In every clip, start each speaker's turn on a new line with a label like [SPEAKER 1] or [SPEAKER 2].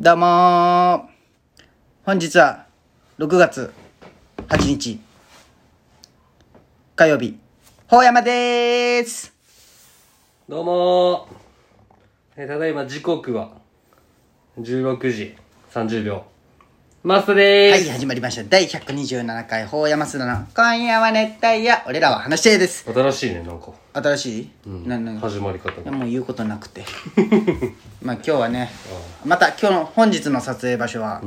[SPEAKER 1] どうもー本日は6月8日火曜日、ほうやまでーす
[SPEAKER 2] どうもーえーただいま時刻は16時30秒マスタで
[SPEAKER 1] は
[SPEAKER 2] ー
[SPEAKER 1] い、
[SPEAKER 2] す、
[SPEAKER 1] 始まりました。第127回、ほうやますだの、今夜は熱帯夜、俺らは話し合いです。
[SPEAKER 2] 新しいねなんか、
[SPEAKER 1] 新しい、
[SPEAKER 2] うん
[SPEAKER 1] なな
[SPEAKER 2] 始まり方
[SPEAKER 1] いや
[SPEAKER 2] が
[SPEAKER 1] もう言うことな くてまあ今日はねまた今日の本日の撮影場所は、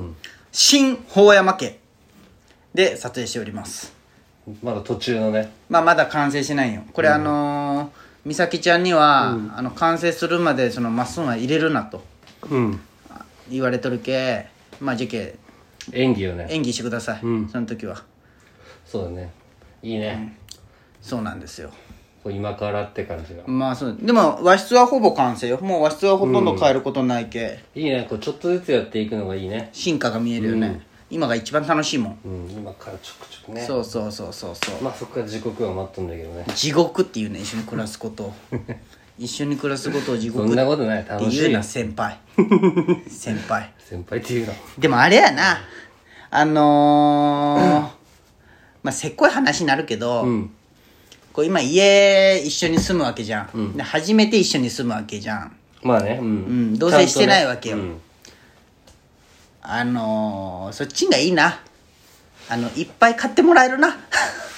[SPEAKER 1] 新宝山家で撮影しております
[SPEAKER 2] まだ途中のね
[SPEAKER 1] まあまだ完成してないよこれ、あのー、美咲ちゃんには、あの完成するまでそのまっすんは入れるなと
[SPEAKER 2] うん
[SPEAKER 1] 言われとるけまあじゃけ
[SPEAKER 2] 演技よね
[SPEAKER 1] 演技してください、
[SPEAKER 2] うん
[SPEAKER 1] その時は
[SPEAKER 2] そうだねいいね、
[SPEAKER 1] そうなんですよ
[SPEAKER 2] こう今からって感じが、
[SPEAKER 1] まあそうでも和室はほぼ完成よもう和室はほとんど変えることないけ、
[SPEAKER 2] いいねこうちょっとずつやっていくのがいいね
[SPEAKER 1] 進化が見えるよね、今が一番楽しいもん
[SPEAKER 2] うん今からちょくちょくね
[SPEAKER 1] そうそうそうそうそう、
[SPEAKER 2] まあそっから時刻は待っとんだけどね
[SPEAKER 1] 地獄っていうね一緒に暮らすこと を一緒に暮らすことを地
[SPEAKER 2] そ
[SPEAKER 1] 獄っ
[SPEAKER 2] ん
[SPEAKER 1] て
[SPEAKER 2] なことない楽し
[SPEAKER 1] 言う
[SPEAKER 2] い
[SPEAKER 1] な
[SPEAKER 2] よ
[SPEAKER 1] 先輩先輩
[SPEAKER 2] 先輩って言うな
[SPEAKER 1] でもあれやなあのー、まあせっこい話になるけど、
[SPEAKER 2] うん
[SPEAKER 1] こう今家一緒に住むわけじゃん、で初めて一緒に住むわけじゃん
[SPEAKER 2] まあねうん、
[SPEAKER 1] ん同棲してないわけよ
[SPEAKER 2] ちゃんとね
[SPEAKER 1] あのー、そっちがいいなあのいっぱい買ってもらえるな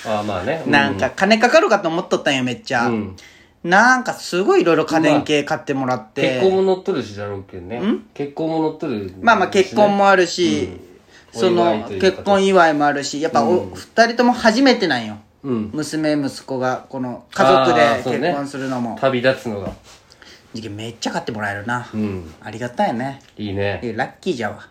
[SPEAKER 2] うん、ああまあねう
[SPEAKER 1] なんか金かかるかと思っとったんよめっちゃ、
[SPEAKER 2] うん
[SPEAKER 1] なんかすごいいろいろ家電系買ってもらって、
[SPEAKER 2] 結婚も乗っとるしだろうけどね結婚も乗っとる
[SPEAKER 1] まあまあ結婚もあるし、
[SPEAKER 2] うん
[SPEAKER 1] そ
[SPEAKER 2] お祝い
[SPEAKER 1] の
[SPEAKER 2] というか
[SPEAKER 1] 結婚祝いもあるしやっぱお、二人とも初めてなんよ、
[SPEAKER 2] うん
[SPEAKER 1] 娘息子がこの家族
[SPEAKER 2] あーそう
[SPEAKER 1] で
[SPEAKER 2] ね
[SPEAKER 1] 結婚するのも、
[SPEAKER 2] 旅立つのが
[SPEAKER 1] じきめっちゃ買ってもらえるな、
[SPEAKER 2] うん
[SPEAKER 1] ありがたいね
[SPEAKER 2] いいね
[SPEAKER 1] えラッキーじゃわ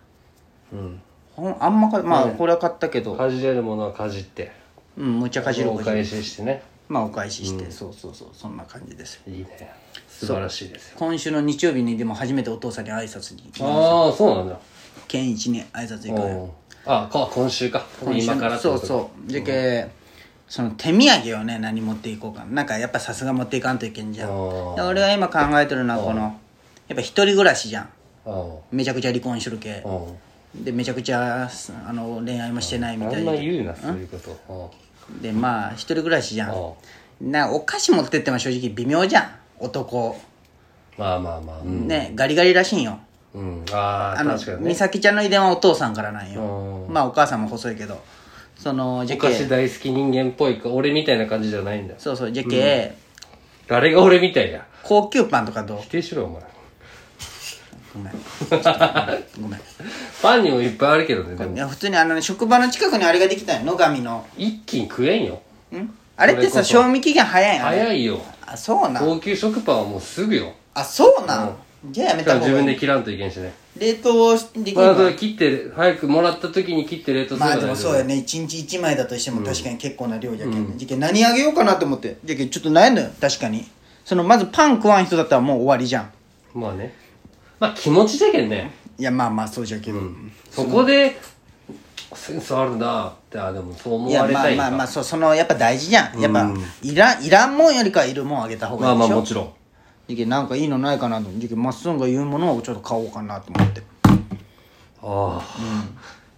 [SPEAKER 2] うん
[SPEAKER 1] ほんあんまかまあこれは買ったけど、
[SPEAKER 2] かじれるものはかじって
[SPEAKER 1] うんむっちゃかじる
[SPEAKER 2] お
[SPEAKER 1] かじる
[SPEAKER 2] 返ししてね
[SPEAKER 1] まあお返しして、そうそうそうそんな感じです
[SPEAKER 2] いいね素晴らしいですよ
[SPEAKER 1] 今週の日曜日にでも初めてお父さんに挨拶に
[SPEAKER 2] ああそうなんだ
[SPEAKER 1] 健一に挨拶行くのよ
[SPEAKER 2] おうあこ今週か
[SPEAKER 1] 今週の
[SPEAKER 2] 今からって
[SPEAKER 1] そ
[SPEAKER 2] こ
[SPEAKER 1] う
[SPEAKER 2] と
[SPEAKER 1] そうじゃけ、その手土産をね何持っていこうかなんかやっぱさすが持っていかんといけんじゃん
[SPEAKER 2] あー
[SPEAKER 1] で俺は今考えてるのはこのやっぱ一人暮らしじゃん
[SPEAKER 2] う
[SPEAKER 1] めちゃくちゃ離婚しとるけ
[SPEAKER 2] うんうん
[SPEAKER 1] でめちゃくちゃすあの恋愛もしてないみ
[SPEAKER 2] あ
[SPEAKER 1] た
[SPEAKER 2] ん
[SPEAKER 1] い
[SPEAKER 2] ま
[SPEAKER 1] で
[SPEAKER 2] 言うなそういうこと
[SPEAKER 1] でまあ一人暮らしじゃ
[SPEAKER 2] うんんうん
[SPEAKER 1] なお菓子持ってっても正直微妙じゃん男
[SPEAKER 2] まあまあまあうん
[SPEAKER 1] ねガリガリらしいんよ
[SPEAKER 2] うんあ
[SPEAKER 1] あ
[SPEAKER 2] あ
[SPEAKER 1] の
[SPEAKER 2] 確かに
[SPEAKER 1] 美
[SPEAKER 2] ね
[SPEAKER 1] 咲ちゃんの遺伝はお父さんからなんよ
[SPEAKER 2] うん
[SPEAKER 1] まあお母さんも細いけどそのじゃ
[SPEAKER 2] お
[SPEAKER 1] け
[SPEAKER 2] 菓子大好き人間っぽいか俺みたいな感じじゃないんだ
[SPEAKER 1] そうそうじゃけ
[SPEAKER 2] 誰が俺みたいや
[SPEAKER 1] 高級パンとか どう
[SPEAKER 2] 否定しろお前
[SPEAKER 1] ごめんごめん
[SPEAKER 2] パンにもいっぱいあるけどねでも
[SPEAKER 1] いや普通にあの、ね、職場の近くにあれができたんよ野上の
[SPEAKER 2] 一気に食えんよ
[SPEAKER 1] んあれってさ
[SPEAKER 2] それこそ
[SPEAKER 1] 賞味期限早いんあれ
[SPEAKER 2] 早いよ
[SPEAKER 1] あそうなん
[SPEAKER 2] 高級食パンはもうすぐよ
[SPEAKER 1] あそうなん、じゃあやめ
[SPEAKER 2] しか
[SPEAKER 1] た
[SPEAKER 2] も
[SPEAKER 1] 方
[SPEAKER 2] 自
[SPEAKER 1] が
[SPEAKER 2] 分
[SPEAKER 1] い
[SPEAKER 2] で
[SPEAKER 1] い
[SPEAKER 2] 切らんといけんしね
[SPEAKER 1] 冷凍できる
[SPEAKER 2] まあ
[SPEAKER 1] の
[SPEAKER 2] それ切って早くもらった時に切って冷凍する
[SPEAKER 1] まあ
[SPEAKER 2] から
[SPEAKER 1] でも
[SPEAKER 2] 大丈夫
[SPEAKER 1] そうやね1日1枚だとしても確かに結構な量じゃけん、じゃけん何あげようかなと思ってじゃけんちょっと悩んだよ確かにそのまずパン食わん人だったらもう終わりじゃん
[SPEAKER 2] まあねまあ気持ちだけどね
[SPEAKER 1] いやまあまあそうじゃけど、
[SPEAKER 2] そこでセンスあるなってあでもそう
[SPEAKER 1] い
[SPEAKER 2] 思
[SPEAKER 1] や
[SPEAKER 2] われ
[SPEAKER 1] ま
[SPEAKER 2] た
[SPEAKER 1] あ
[SPEAKER 2] い
[SPEAKER 1] まあまあ
[SPEAKER 2] か
[SPEAKER 1] そうそのやっぱ大事じゃんやっぱ、いらんいらんもんよりかはいるもんあげた方が
[SPEAKER 2] ま
[SPEAKER 1] い
[SPEAKER 2] あ
[SPEAKER 1] いで
[SPEAKER 2] まあ
[SPEAKER 1] しょ
[SPEAKER 2] もちろん
[SPEAKER 1] じゃけんなんかいいのないかなと思ってじゃけんまっすんが言うものをちょっと買おうかなと思って
[SPEAKER 2] ああ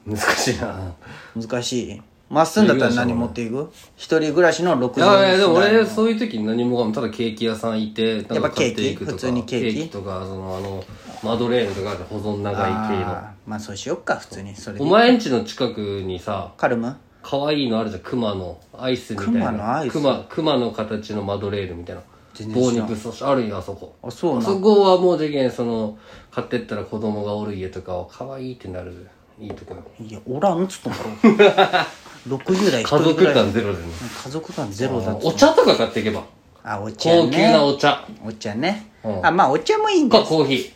[SPEAKER 2] 難しいな
[SPEAKER 1] 難しいまっすんだったら何持っていく一人暮らしの60
[SPEAKER 2] いやいやでも
[SPEAKER 1] 代
[SPEAKER 2] 俺そういう時に何もかもただケーキ屋さん行ってなん
[SPEAKER 1] やっぱ
[SPEAKER 2] か
[SPEAKER 1] ケー
[SPEAKER 2] 買
[SPEAKER 1] キ
[SPEAKER 2] っていくとか
[SPEAKER 1] 普通にケーキ
[SPEAKER 2] とかそのあのマドレーヌとかある保存長い系の
[SPEAKER 1] あーまあそうしよっか普通にそれ
[SPEAKER 2] お
[SPEAKER 1] で
[SPEAKER 2] 前んちの近くにさ
[SPEAKER 1] カルム
[SPEAKER 2] 可愛いのあるじゃん熊のアイスみたいな
[SPEAKER 1] 熊のアイス
[SPEAKER 2] 熊熊の形のマドレーヌみたいな
[SPEAKER 1] 全然
[SPEAKER 2] 棒
[SPEAKER 1] 知らん
[SPEAKER 2] 肉そしあるんよあそこ
[SPEAKER 1] あそう
[SPEAKER 2] あ
[SPEAKER 1] な
[SPEAKER 2] そこはもうじゃんその買ってったら子供がおる家とかは可愛いってなるいいとこよ
[SPEAKER 1] いやおらんっつったんだ ろ60代一
[SPEAKER 2] 家
[SPEAKER 1] 人
[SPEAKER 2] 族
[SPEAKER 1] 暮らし
[SPEAKER 2] 感ゼロでね
[SPEAKER 1] 家族感ゼロだっつ
[SPEAKER 2] お茶とか買っていけば
[SPEAKER 1] あお茶
[SPEAKER 2] 高級
[SPEAKER 1] ね
[SPEAKER 2] なお茶
[SPEAKER 1] お茶ね
[SPEAKER 2] うん
[SPEAKER 1] あまあお茶もいいんだ
[SPEAKER 2] かコーヒー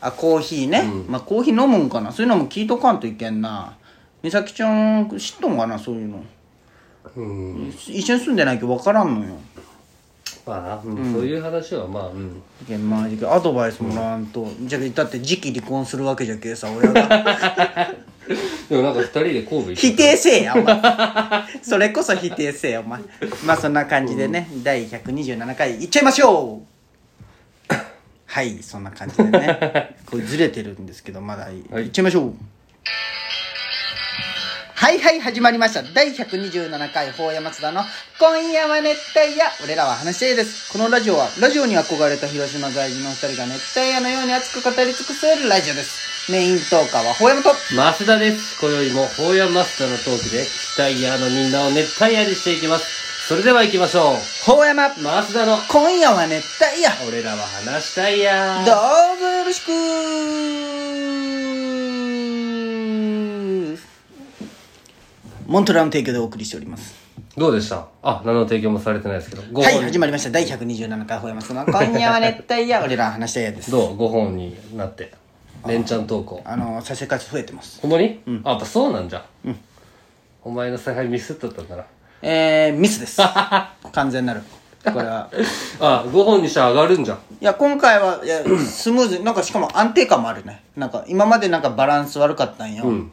[SPEAKER 1] あコーヒーねまあコーヒー飲むんかなそういうのも聞いとかんといけんな美咲ちゃん知っとんかなそういうの
[SPEAKER 2] うん
[SPEAKER 1] 一緒に住んでないけど分からんのよ
[SPEAKER 2] まあな、うんそういう話はまあ、うん、
[SPEAKER 1] いやまあじゃけアドバイスもらわんと、じゃけだって次期離婚するわけじゃけさ親が
[SPEAKER 2] でもなんか2人で神戸行
[SPEAKER 1] 否定せえやお前それこそ否定せえやお前まあそんな感じでね、第127回いっちゃいましょうはいそんな感じでねこれずれてるんですけどまだい、
[SPEAKER 2] はい
[SPEAKER 1] いっちゃいましょうはいはい始まりました第127回法山津田の「今夜は熱帯夜俺らは話し合い」ですこのラジオはラジオに憧れた広島在住の2人が熱帯夜のように熱く語り尽くせるラジオですメイントーカーは法山と
[SPEAKER 2] 増田です。今宵も、ホーヤマスターのトークで、北イヤーのみんなを熱帯夜にしていきます。それでは行きましょう。
[SPEAKER 1] 法山
[SPEAKER 2] 増田の、
[SPEAKER 1] 今夜は熱帯夜
[SPEAKER 2] 俺らは話したいやー。
[SPEAKER 1] どうぞよろしくモントラの提供でお送りしております
[SPEAKER 2] どうでしたあ、何の提供もされてないですけど。ご
[SPEAKER 1] はい
[SPEAKER 2] 本
[SPEAKER 1] 始まりました第127回ほやますの今夜は熱帯夜俺ら話したいやです
[SPEAKER 2] どうご本になって。連チャン投稿。
[SPEAKER 1] あの再生回数増えてます
[SPEAKER 2] ほんまにあ、やっぱそうなんじゃ。お前の采配ミスっとったんだな。
[SPEAKER 1] えー、ミスです 完全なるこれは
[SPEAKER 2] あ、ご本にしたら上がるんじゃ。
[SPEAKER 1] いや今回はいやスムーズになんかしかも安定感もあるねなんか今までなんかバランス悪かったんよ、
[SPEAKER 2] うん。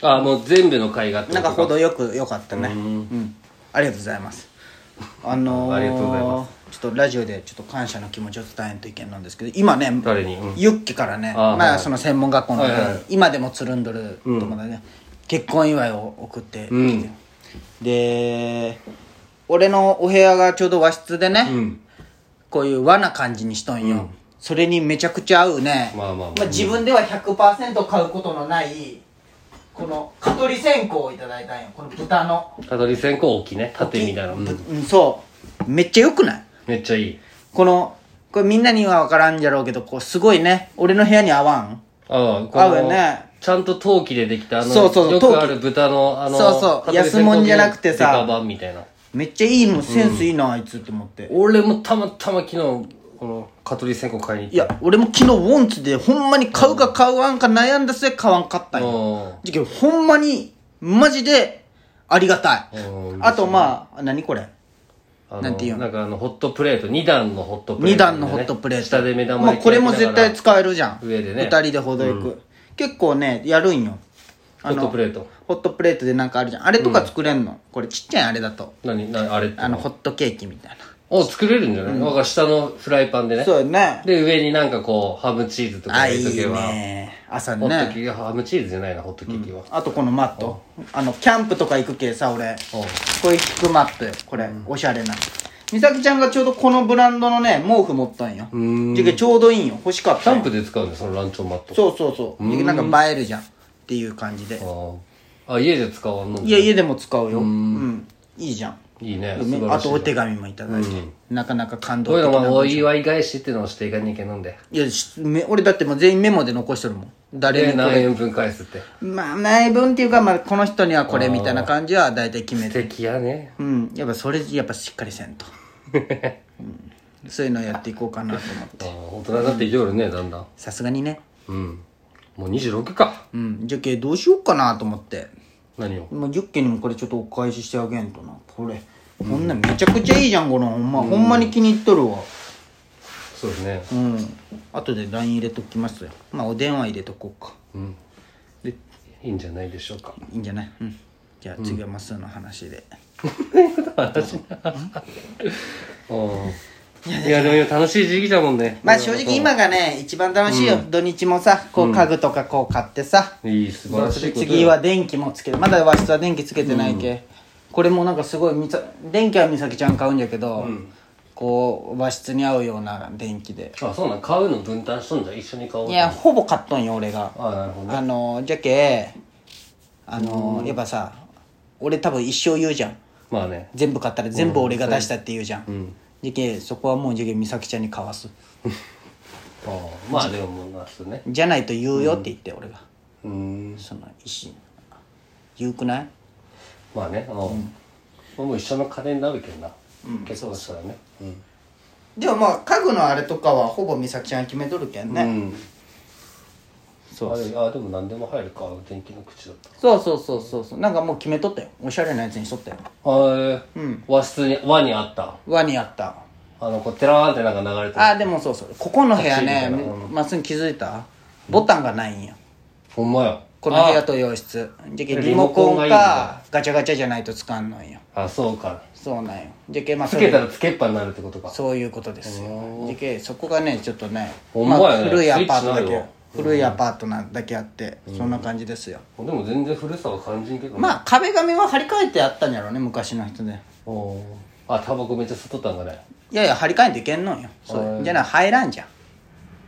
[SPEAKER 2] あ、もう全部の回がって
[SPEAKER 1] なんか
[SPEAKER 2] こと
[SPEAKER 1] 程よく良かったねうんありがとうございますあのー、
[SPEAKER 2] ありがとうございま
[SPEAKER 1] ちょっとラジオでちょっと感謝の気持ちを伝えんといけんなんですけど今ね
[SPEAKER 2] 誰にうん
[SPEAKER 1] ユッケからね
[SPEAKER 2] あー
[SPEAKER 1] ま
[SPEAKER 2] は
[SPEAKER 1] あ
[SPEAKER 2] い
[SPEAKER 1] その専門学校の、
[SPEAKER 2] はいはいはい
[SPEAKER 1] 今でもつるんどる友達ね、結婚祝いを送ってきて、
[SPEAKER 2] うん
[SPEAKER 1] で俺のお部屋がちょうど和室でね、
[SPEAKER 2] うん。
[SPEAKER 1] こういう和な感じにしとんよ、それにめちゃくちゃ合うね、
[SPEAKER 2] まあまあまあ
[SPEAKER 1] 自分では100%買うことのないこの蚊取り線香をいただいたんよこの豚の
[SPEAKER 2] たどり線香大きいね。縦みたいな。う
[SPEAKER 1] ぶ
[SPEAKER 2] ん。
[SPEAKER 1] うん、そうめっちゃ良くない
[SPEAKER 2] めっちゃいい。
[SPEAKER 1] このこれみんなには分からんじゃろうけどこうすごいね俺の部屋に合わん
[SPEAKER 2] ああ、こ
[SPEAKER 1] 合うよね
[SPEAKER 2] ちゃんと陶器でできた、あの、
[SPEAKER 1] そうそうそう
[SPEAKER 2] よ
[SPEAKER 1] 陶器
[SPEAKER 2] くある豚の、あの、
[SPEAKER 1] そうそう
[SPEAKER 2] たどり線香
[SPEAKER 1] 安物じゃなくてさ
[SPEAKER 2] デカ版みたいな。
[SPEAKER 1] めっちゃいいのセンスいいな、あいつって思って
[SPEAKER 2] 俺もたまたま昨日、この、蚊取り線香買いに
[SPEAKER 1] い
[SPEAKER 2] 行った。
[SPEAKER 1] や俺も昨日ウォンツでほんまに買うか買わんか悩んだ末買わんかったんよ
[SPEAKER 2] う
[SPEAKER 1] じゃけどほんまにマジでありがたい
[SPEAKER 2] うん
[SPEAKER 1] あとまあ何これ
[SPEAKER 2] ん。
[SPEAKER 1] なんていうの
[SPEAKER 2] のなんかあの、ホットプレート、2段のホットプレート、
[SPEAKER 1] 2段のホットプレート
[SPEAKER 2] 下で目玉
[SPEAKER 1] まあ
[SPEAKER 2] 焼き
[SPEAKER 1] これも
[SPEAKER 2] 焼きな
[SPEAKER 1] 絶
[SPEAKER 2] がら
[SPEAKER 1] 対使えるじゃん
[SPEAKER 2] 上でね
[SPEAKER 1] 2人で程よく、結構ねやるんよあ
[SPEAKER 2] ホットプレート。
[SPEAKER 1] ホットプレートでなんかあるじゃんあれとか作れんの、これちっちゃいあれだと
[SPEAKER 2] 何何あれって
[SPEAKER 1] あのホットケーキみたい
[SPEAKER 2] お作れるんじゃない、なんか下のフライパンで
[SPEAKER 1] な
[SPEAKER 2] ね
[SPEAKER 1] そうよね
[SPEAKER 2] で上になんかこうハムチーズとか
[SPEAKER 1] あ
[SPEAKER 2] 入
[SPEAKER 1] い
[SPEAKER 2] れとけ
[SPEAKER 1] い
[SPEAKER 2] ば
[SPEAKER 1] ね朝
[SPEAKER 2] ホット
[SPEAKER 1] ね
[SPEAKER 2] ケーキハムチーズじゃないなホットケーキは、
[SPEAKER 1] あとこのマットあのキャンプとか行くけさ俺
[SPEAKER 2] おう
[SPEAKER 1] これ引くマットよこれ、おしゃれな美咲ちゃんがちょうどこのブランドのね毛布持ったんよ
[SPEAKER 2] ん
[SPEAKER 1] じゃけちょうどいいんよ欲しかっ
[SPEAKER 2] キ
[SPEAKER 1] た
[SPEAKER 2] ャ
[SPEAKER 1] んよ
[SPEAKER 2] ンプで使うんだよそのランチョンマット
[SPEAKER 1] そうそうそうじゃけなんか映えるじゃんっていう感じで
[SPEAKER 2] あーあ家で使わんの
[SPEAKER 1] いや家でも使うようんいいじゃん
[SPEAKER 2] いいね素晴
[SPEAKER 1] あ
[SPEAKER 2] らしい
[SPEAKER 1] とお手紙もいただいて、なかなか感
[SPEAKER 2] こう
[SPEAKER 1] 動
[SPEAKER 2] いう
[SPEAKER 1] 的
[SPEAKER 2] の
[SPEAKER 1] な
[SPEAKER 2] はお祝い返しっていうのをしていかにいけなんで
[SPEAKER 1] いやしめ俺だってもう全員メモで残してるもん誰に
[SPEAKER 2] で
[SPEAKER 1] こ
[SPEAKER 2] 何
[SPEAKER 1] れ
[SPEAKER 2] 円分返すって
[SPEAKER 1] まあ内分っていうか、まあ、この人にはこれみたいな感じは大体決め
[SPEAKER 2] 素
[SPEAKER 1] て
[SPEAKER 2] 敵やね
[SPEAKER 1] うんやっぱそれやっぱしっかりせんと、うんそういうのやっていこうかなと思って
[SPEAKER 2] あー大人になっていきよるねだんだん
[SPEAKER 1] さすがにね
[SPEAKER 2] うんもう26か
[SPEAKER 1] うんじゃけどうしようかなと思って
[SPEAKER 2] 何を
[SPEAKER 1] もうユッケにもこれちょっとお返ししてあげんとなこれこんなんめちゃくちゃいいじゃんこのほんま、ほんまに気に入っとるわ
[SPEAKER 2] そうですね
[SPEAKER 1] うん後で LINE 入れときますよまあお電話入れとこうか
[SPEAKER 2] うん
[SPEAKER 1] で
[SPEAKER 2] いいんじゃないでしょうか
[SPEAKER 1] いいんじゃないうんじゃあ次はまっすーの話で、
[SPEAKER 2] うんいやでも今楽しい時期だもんね
[SPEAKER 1] まあ正直今がね一番楽しいよ、土日もさこう家具とかこう買ってさ、
[SPEAKER 2] いい素晴らしいこと
[SPEAKER 1] 次は電気もつけるまだ和室は電気つけてないけ、これもなんかすごいみさ電気は美咲ちゃん買うんやけど、こう和室に合うような電気で
[SPEAKER 2] あそうなん買うの分担しとんじゃん一緒に買おうと
[SPEAKER 1] いやほぼ買っとんよ俺が
[SPEAKER 2] あなるほどね
[SPEAKER 1] あのじゃけあのやっぱさ俺多分一生言うじゃん
[SPEAKER 2] まあね
[SPEAKER 1] 全部買ったら全部俺が出したって言うじゃん、
[SPEAKER 2] ん
[SPEAKER 1] じゃけそこはもうじゃけ美咲ちゃんに買わす
[SPEAKER 2] あーまあでももうなすね
[SPEAKER 1] じゃないと言うよって言って俺が、
[SPEAKER 2] うん
[SPEAKER 1] その意思言うくない
[SPEAKER 2] まあねあのもう一緒の金になるけんな結婚したらねうん
[SPEAKER 1] でもまあ家具のあれとかはほぼ美咲ちゃんが決めとるけんね、
[SPEAKER 2] うん
[SPEAKER 1] そう
[SPEAKER 2] あれあでも何でも入るか電気の口だった
[SPEAKER 1] そうそうそうそうそうなんかもう決めとったよおしゃれなやつにしとったよ
[SPEAKER 2] あ和室に和にあった
[SPEAKER 1] 輪にあった
[SPEAKER 2] あのこうテラーンってなんか流れてる
[SPEAKER 1] あでもそうそうここの部屋ね
[SPEAKER 2] こっちみたいな
[SPEAKER 1] まっすぐ気づいたボタンがないんよ
[SPEAKER 2] ほんまや
[SPEAKER 1] この部屋と洋室じゃけリ
[SPEAKER 2] リ
[SPEAKER 1] モ
[SPEAKER 2] モ
[SPEAKER 1] コ
[SPEAKER 2] コ
[SPEAKER 1] ンか
[SPEAKER 2] ンがいいんだ
[SPEAKER 1] ガチャガチャじゃないとつかんのんよ
[SPEAKER 2] あそうか
[SPEAKER 1] そうなんよじゃけまあ
[SPEAKER 2] つ
[SPEAKER 1] そ
[SPEAKER 2] け
[SPEAKER 1] れ
[SPEAKER 2] たらつけっぱになるってことか
[SPEAKER 1] そういうことですよ
[SPEAKER 2] お
[SPEAKER 1] じゃけそこがねちょっとね
[SPEAKER 2] ほんまやね
[SPEAKER 1] あ古いアパートだ
[SPEAKER 2] スイッチない
[SPEAKER 1] け
[SPEAKER 2] わ
[SPEAKER 1] 古いアパートなんだけあってそんな感じですよ
[SPEAKER 2] でも全然古さは感じんけどね
[SPEAKER 1] まあ壁紙は張り替えてあったんやろね昔の人で
[SPEAKER 2] おーあタバコめっちゃ吸っとったんかね
[SPEAKER 1] いやいや張り替えんといけんのんよそうじゃな入らんじゃん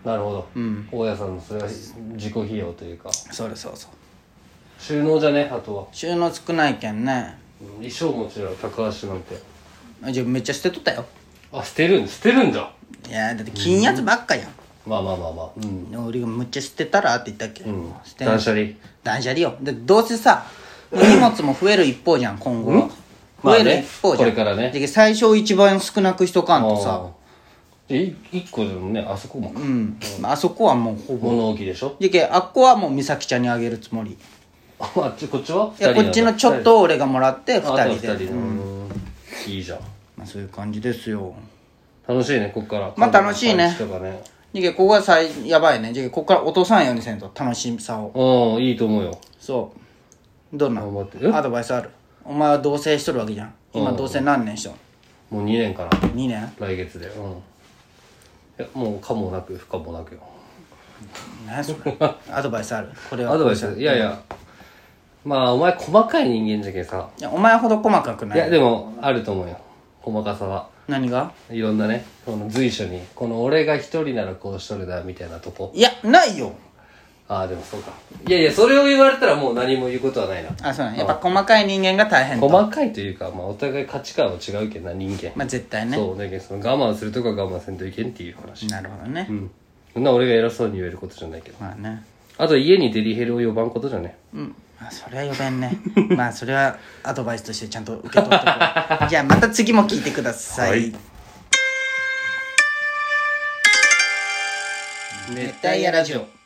[SPEAKER 2] なるほど、大家さんのそれは自己費用というか
[SPEAKER 1] そうですそうそう
[SPEAKER 2] 収納じゃねあとは
[SPEAKER 1] 収納少ないけんね
[SPEAKER 2] うん衣装もちろん高橋なんて
[SPEAKER 1] じゃあめっちゃ捨てとったよ
[SPEAKER 2] あ捨てるん捨てるんじゃん
[SPEAKER 1] いやだって金やつばっかやん、
[SPEAKER 2] まあまあまあまあうん、
[SPEAKER 1] 俺がむっちゃ捨てたらって言ったっけ、
[SPEAKER 2] うん、
[SPEAKER 1] 捨てん
[SPEAKER 2] 断捨離
[SPEAKER 1] 断捨離よでどうせさ荷物も増える一方じゃん今後は、
[SPEAKER 2] まあ
[SPEAKER 1] 増え
[SPEAKER 2] ね
[SPEAKER 1] る一方じゃん、
[SPEAKER 2] これからね
[SPEAKER 1] で最初一番少なくしとかんとさ
[SPEAKER 2] あーでい一個でもねあそこもか
[SPEAKER 1] うん、まああそこはもうほぼ
[SPEAKER 2] 物置でしょ
[SPEAKER 1] でけあっこはもう美咲ちゃんにあげるつもり
[SPEAKER 2] ああっちこっちはい
[SPEAKER 1] やこっちのちょっとを俺がもらって
[SPEAKER 2] 二人であ
[SPEAKER 1] 2
[SPEAKER 2] と
[SPEAKER 1] 人で
[SPEAKER 2] 二人でうんいいじゃん
[SPEAKER 1] まあ、そういう感じですよ
[SPEAKER 2] 楽しいねこっから
[SPEAKER 1] まあ楽しいね
[SPEAKER 2] パンチとかね
[SPEAKER 1] でけここが最やばいねでけここから落とさんようにせんと楽しさを
[SPEAKER 2] うんいいと思うよ
[SPEAKER 1] そうどんな
[SPEAKER 2] 頑張ってえ
[SPEAKER 1] アドバイスあるお前は同棲しとるわけじゃん今同棲何年しとん
[SPEAKER 2] もう2年かな
[SPEAKER 1] 2年
[SPEAKER 2] 来月でうんいやもう可もなく不可もなくよ
[SPEAKER 1] 何やそ れアドバイスあるこれは
[SPEAKER 2] アドバイスいやいやまあお前細かい人間じゃけんさ
[SPEAKER 1] いやお前ほど細かくない
[SPEAKER 2] いやでもあると思うよ細かさは
[SPEAKER 1] 何が
[SPEAKER 2] いろんなねこの随所にこの俺が一人ならこうしとるなみたいなとこ
[SPEAKER 1] いやないよ
[SPEAKER 2] ああでもそうかいやいやそれを言われたらもう何も言うことはないな
[SPEAKER 1] あそうなんやっぱ細かい人間が大変と
[SPEAKER 2] 細かいというか、まあ、お互い価値観は違うけんな人間、
[SPEAKER 1] まあ絶対ね
[SPEAKER 2] そうだけどその我慢するとか我慢せんといけんっていう話
[SPEAKER 1] なるほどね、
[SPEAKER 2] うんそんな俺が偉そうに言えることじゃないけど
[SPEAKER 1] まあね
[SPEAKER 2] あと家にデリヘルを呼ばんことじゃね
[SPEAKER 1] うんまあそれは予弁 ねまあそれはアドバイスとしてちゃんと受け取っとくわじゃあまた次も聞いてください、
[SPEAKER 2] はい
[SPEAKER 1] 熱帯夜ラジオ